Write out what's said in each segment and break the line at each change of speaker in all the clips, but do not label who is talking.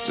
It's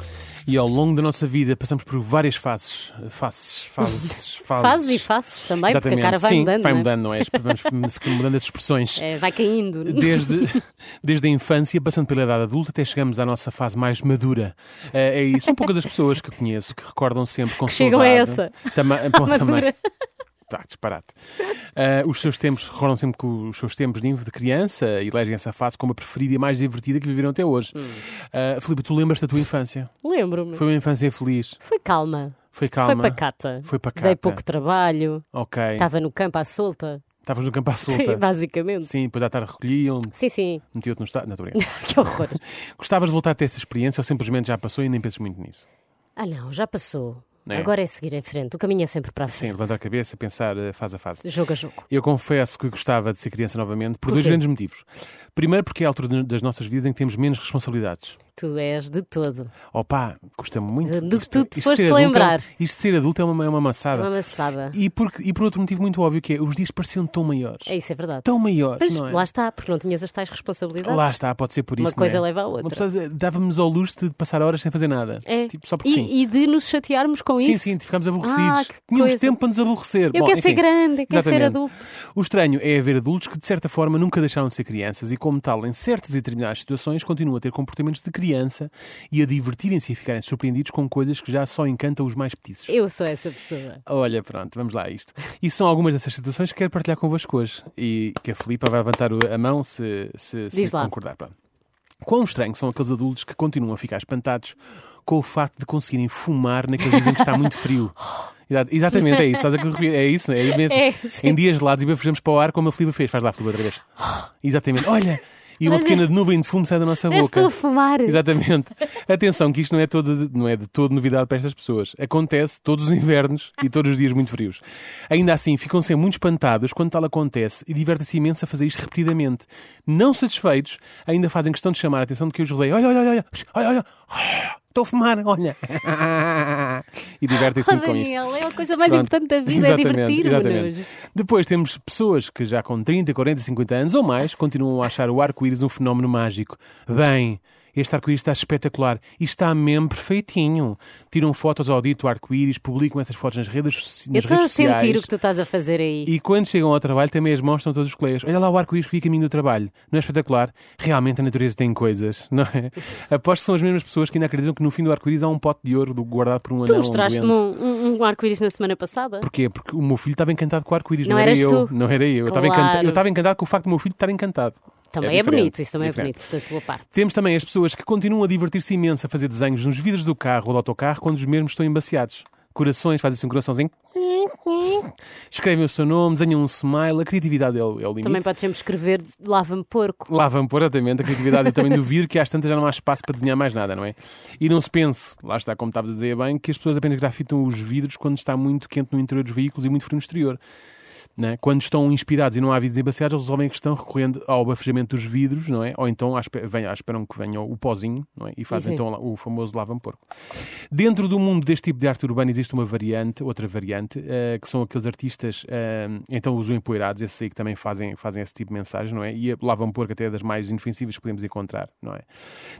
E ao longo da nossa vida passamos por várias fases. Fases, fases, fases.
Fazes e faces também, porque a cara vai
Sim,
mudando.
Vai
não é?
mudando, não é? Vamos ficando mudando as expressões.
É, vai caindo.
Desde, desde a infância, passando pela idade adulta, até chegamos à nossa fase mais madura. Eh, É isso. São poucas as pessoas que eu conheço que recordam sempre com
chegam a
saudade.
essa.
Tama- bom,
Madura.
também. Tá, disparate. Eh, os seus tempos, recordam sempre que os seus tempos de, inf- de criança e elegem essa fase como a preferida e mais divertida que viveram até hoje.
Hum.
Eh, Filipe, tu lembras da tua infância?
Lembro-me.
Foi uma infância feliz?
Foi calma.
Foi calma?
Foi pacata.
Foi pacata.
Dei pouco trabalho.
Ok.
Estava no campo à solta.
Estavas no campo à solta.
Tá. Sim, basicamente.
Sim, depois à tarde recolhiam,
Sim, sim.
metiam-te no estado. Não, tô brincando.
Que horror.
Gostavas de voltar a ter essa experiência ou simplesmente já passou e nem pensas muito nisso?
Ah, não, já passou.
É.
Agora é seguir em frente. O caminho é sempre para a
Sim,
frente.
levantar a cabeça, pensar eh, fase a fase.
Jogo a jogo.
Eu confesso que gostava de ser criança novamente por,
Porquê?
dois grandes motivos. Primeiro, porque é a altura de- das nossas vidas em que temos menos responsabilidades.
Tu és de todo.
Opa, custa-me muito.
Do que
Isto-
tu te
isto
foste
ser adulto é um-
lembrar.
Isto ser adulto é uma, é uma amassada.
Uma amassada.
E, porque, e por outro motivo muito óbvio, que é os dias pareciam tão maiores.
É isso, é verdade.
Tão maiores,
Mas
não é?
lá está, porque não tinhas as tais responsabilidades.
Lá está, pode ser por isso.
Uma coisa
não é?
leva à outra.
Uma pessoa dávamos ao luxo de passar horas sem fazer nada.
É.
Tipo, só porque sim.
e, e de nos chatearmos com
Sim,
isso.
sim, ficámos aborrecidos.
Ah, que
Tínhamos
coisa.
tempo para nos aborrecer.
Eu
Bom,
quero ser
enfim.
grande, eu quero ser
Exatamente.
adulto.
O estranho é haver adultos que, de certa forma, nunca deixaram de ser crianças e, como tal, em certas e determinadas situações, continuam a ter comportamentos de criança e a divertirem-se e ficarem surpreendidos com coisas que já só encantam os mais petiços.
Eu sou essa pessoa.
Olha, pronto, vamos lá a isto. E são algumas dessas situações que quero partilhar convosco hoje. E que a Filipa vai levantar o- a mão se, se, se
Diz lá.
concordar. Pronto. Quão estranhos são aqueles adultos que continuam a ficar espantados com o facto de conseguirem fumar naqueles dias em que está muito frio. Exato, exatamente, é isso. Estás a correr- É isso, é mesmo.
É, sim.
em dias gelados e bafejamos para o ar como a Filipa fez. Faz lá a Filipa outra vez. Exatamente. Olha! E uma
Olha.
pequena nuvem de fumo sai da nossa
Parece que
boca.
estou a fumar.
Exatamente. Atenção, que isto não é, todo, não é de todo novidade para estas pessoas. Acontece todos os invernos e todos os dias muito frios. Ainda assim, ficam sempre muito espantados quando tal acontece e divertem-se imenso a fazer isto repetidamente. Não satisfeitos, ainda fazem questão de chamar a atenção de que os rodeia. Olha, olha, olha, olha, olha, olha, estou a fumar, olha. E divertem-se
Oh,
muito com isto.
Daniel, é a coisa mais
Pronto.
importante da vida,
Exatamente,
é divertir-nos.
exatamente. Depois temos pessoas que já com 30, 40, 50 anos ou mais continuam a achar o arco-íris um fenómeno mágico. Bem, este arco-íris está espetacular e está mesmo perfeitinho. Tiram fotos ao dito arco-íris, publicam essas fotos nas redes, soci-
Eu
nas
estou
redes
a
sociais.
sentir o que tu estás a fazer aí.
E quando chegam ao trabalho também as mostram a todos os colegas. Olha lá o arco-íris que vi a caminho do trabalho. Não é espetacular? Realmente a natureza tem coisas, não é? Aposto que são as mesmas pessoas que ainda acreditam que no fim do arco-íris há um pote de ouro do- guardado por um
tu
anão. um
mostraste-me
duende.
um, um- um arco-íris na semana passada?
Porquê? Porque o meu filho estava encantado com o arco-íris, não,
Não
era
eras
eu.
tu.
Não era eu. Eu estava
Claro.
encanta- eu estava encantado com o facto do meu filho estar encantado.
Também é,
diferente,
bonito, isso também
diferente.
é bonito da tua parte.
Temos também as pessoas que continuam a divertir-se imenso a fazer desenhos nos vidros do carro ou do autocarro quando os mesmos estão embaciados. Corações, fazem assim um coraçãozinho. Escrevem o seu nome, desenham um smile. A criatividade é o, é o limite.
Também podes sempre escrever Lava-me Porco.
Lá vão pôr atentamente a criatividade e também duvido que às tantas já não há espaço para desenhar mais nada, não é? E não se pense, lá está como estavas a dizer bem, que as pessoas apenas grafitam os vidros quando está muito quente no interior dos veículos e muito frio no exterior. não é? Quando estão inspirados e não há vidros embaciados, eles resolvem a questão recorrendo ao bafejamento dos vidros, não é? Ou então à espe- venha- à- esperam que venha o pozinho não é? e fazem
Sim.
então lá- o famoso lavam-porco. Dentro do mundo deste tipo de arte urbana existe uma variante, outra variante, eh, que são aqueles artistas, eh, então os empoeirados, esses aí que também fazem, fazem esse tipo de mensagem, não é? E a lavam porco até é das mais inofensivas que podemos encontrar, não é?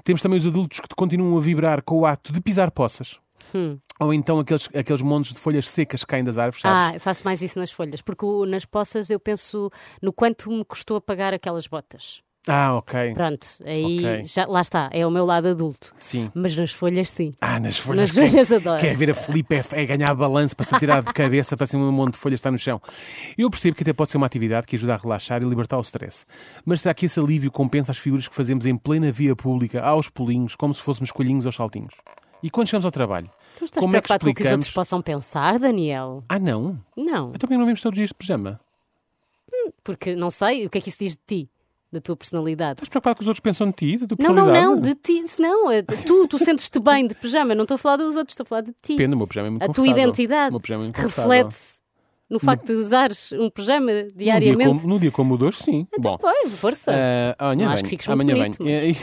Temos também os adultos que continuam a vibrar com o ato de pisar poças. Ou então aqueles, aqueles montes de folhas secas que caem das árvores, sabes?
Ah, eu faço mais isso nas folhas, porque o- nas poças eu penso no quanto me custou a pagar aquelas botas.
Ah, ok.
Pronto, aí
Ok.
já, lá está, é o meu lado adulto.
Sim.
Mas nas folhas, sim.
Ah, nas folhas.
Nas folhas
quer,
adoro.
Quer ver a Filipe é, é ganhar balanço para se tirar de cabeça para cima um monte de folhas está no chão. Eu percebo que até pode ser uma atividade que ajuda a relaxar e libertar o stress. Mas será que esse alívio compensa as figuras que fazemos em plena via pública, aos pulinhos, como se fôssemos colhinhos aos saltinhos? E quando chegamos ao trabalho?
Tu estás
como é que
preocupado com o que os
explicamos?
outros possam pensar, Daniel?
Ah, não?
Não,
Então por que não vemos todos os dias de pijama?
porque não sei o que é que isso diz de ti, da tua personalidade.
Estás preocupado que os outros pensam de ti, da tua
Não, não,
personalidade?
não, de ti, não, é de- tu, tu sentes-te bem de pijama, não estou a falar dos outros, estou a falar de ti.
Depende, o meu pijama é muito
a tua
confortável. O
identidade
meu pijama é muito confortável.
reflete-se no facto de usares um pijama
Num dia,
diariamente. Então
como, num dia como o de hoje, sim. Bom.
Pois, força.
Ah, amanhã
Não, acho
venho,
que fiques muito
amanhã
bonito.
venho. E, e-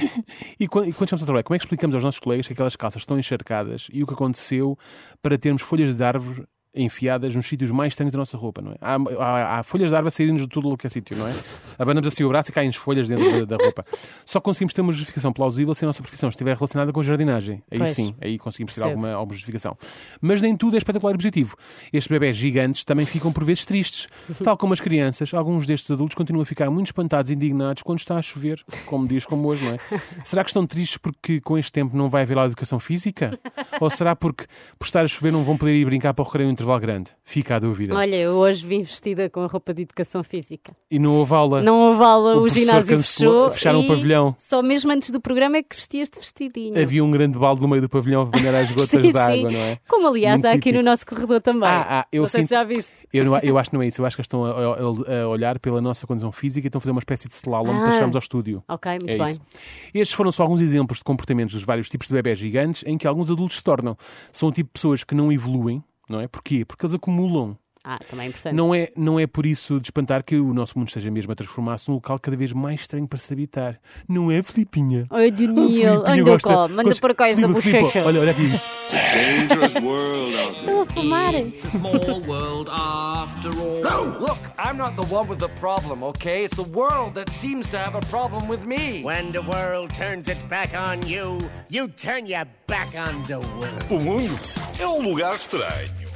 e quando, e quando estamos a trabalhar, como é que explicamos aos nossos colegas que aquelas calças estão encharcadas e o que aconteceu para termos folhas de árvore enfiadas nos sítios mais estranhos da nossa roupa, não é? Há, há- há folhas de árvore a saírem-nos de tudo o que é sítio, não é? Abanamos assim o braço e caem as folhas dentro da, da roupa. Só conseguimos ter uma justificação plausível se a nossa profissão estiver relacionada com jardinagem. Aí
Pois.
sim, aí conseguimos ter
Percebo.
alguma, alguma justificação. Mas nem tudo é espetacular e positivo. Estes bebés gigantes também ficam por vezes tristes. Tal como as crianças, alguns destes adultos continuam a ficar muito espantados e indignados quando está a chover, como dias como hoje, não é? Será que estão tristes porque com este tempo não vai haver lá educação física? Ou será porque por estar a chover não vão poder ir brincar para o recreio em um intervalo grande? Fica a dúvida.
Olha, eu hoje vim vestida com a roupa de educação física.
E não houve aula.
Não houve aula,
Ah, O
o,
professor
ginásio
cancelou-
fechou.
fecharam o
e
pavilhão.
Só mesmo antes do programa é que vesti este vestidinho.
Havia um grande balde no meio do pavilhão para apanhar as gotas
sim,
de água,
sim.
não é?
Como aliás
Muito
há aqui
típico.
no nosso corredor também.
Ah, ah, eu
não sei
sinto-
se já viste.
Eu, não- eu acho que não é isso. Eu acho que eles estão a, a- a olhar pela nossa condição física e estão a fazer uma espécie de slalom para
Ah.
chegarmos ao estúdio.
Ok, muito
É
bem.
isso. Estes foram só alguns exemplos de comportamentos dos vários tipos de bebés gigantes em que alguns adultos se tornam. São o tipo de pessoas que não evoluem, não é? Porquê? Porque eles acumulam.
Ah, também é importante.
Não é, não é por isso de espantar que o nosso mundo esteja mesmo a transformar-se num local cada vez mais estranho para se habitar. Não é, Felipinha?
Oi, Daniel,
Felipinha
anda
gosta-
cá, manda
gosta-
para cá essa
Filipa, Filipa,
bochecha.
Olha, olha aqui.
Dangerous world out there.
Estou a fumar.
It's a small world after all.
Look, I'm not the one with the problem, okay? It's the world that seems to have a problem with me.
When the world turns its back on you, you turn your back on the world.
O mundo é um lugar estranho.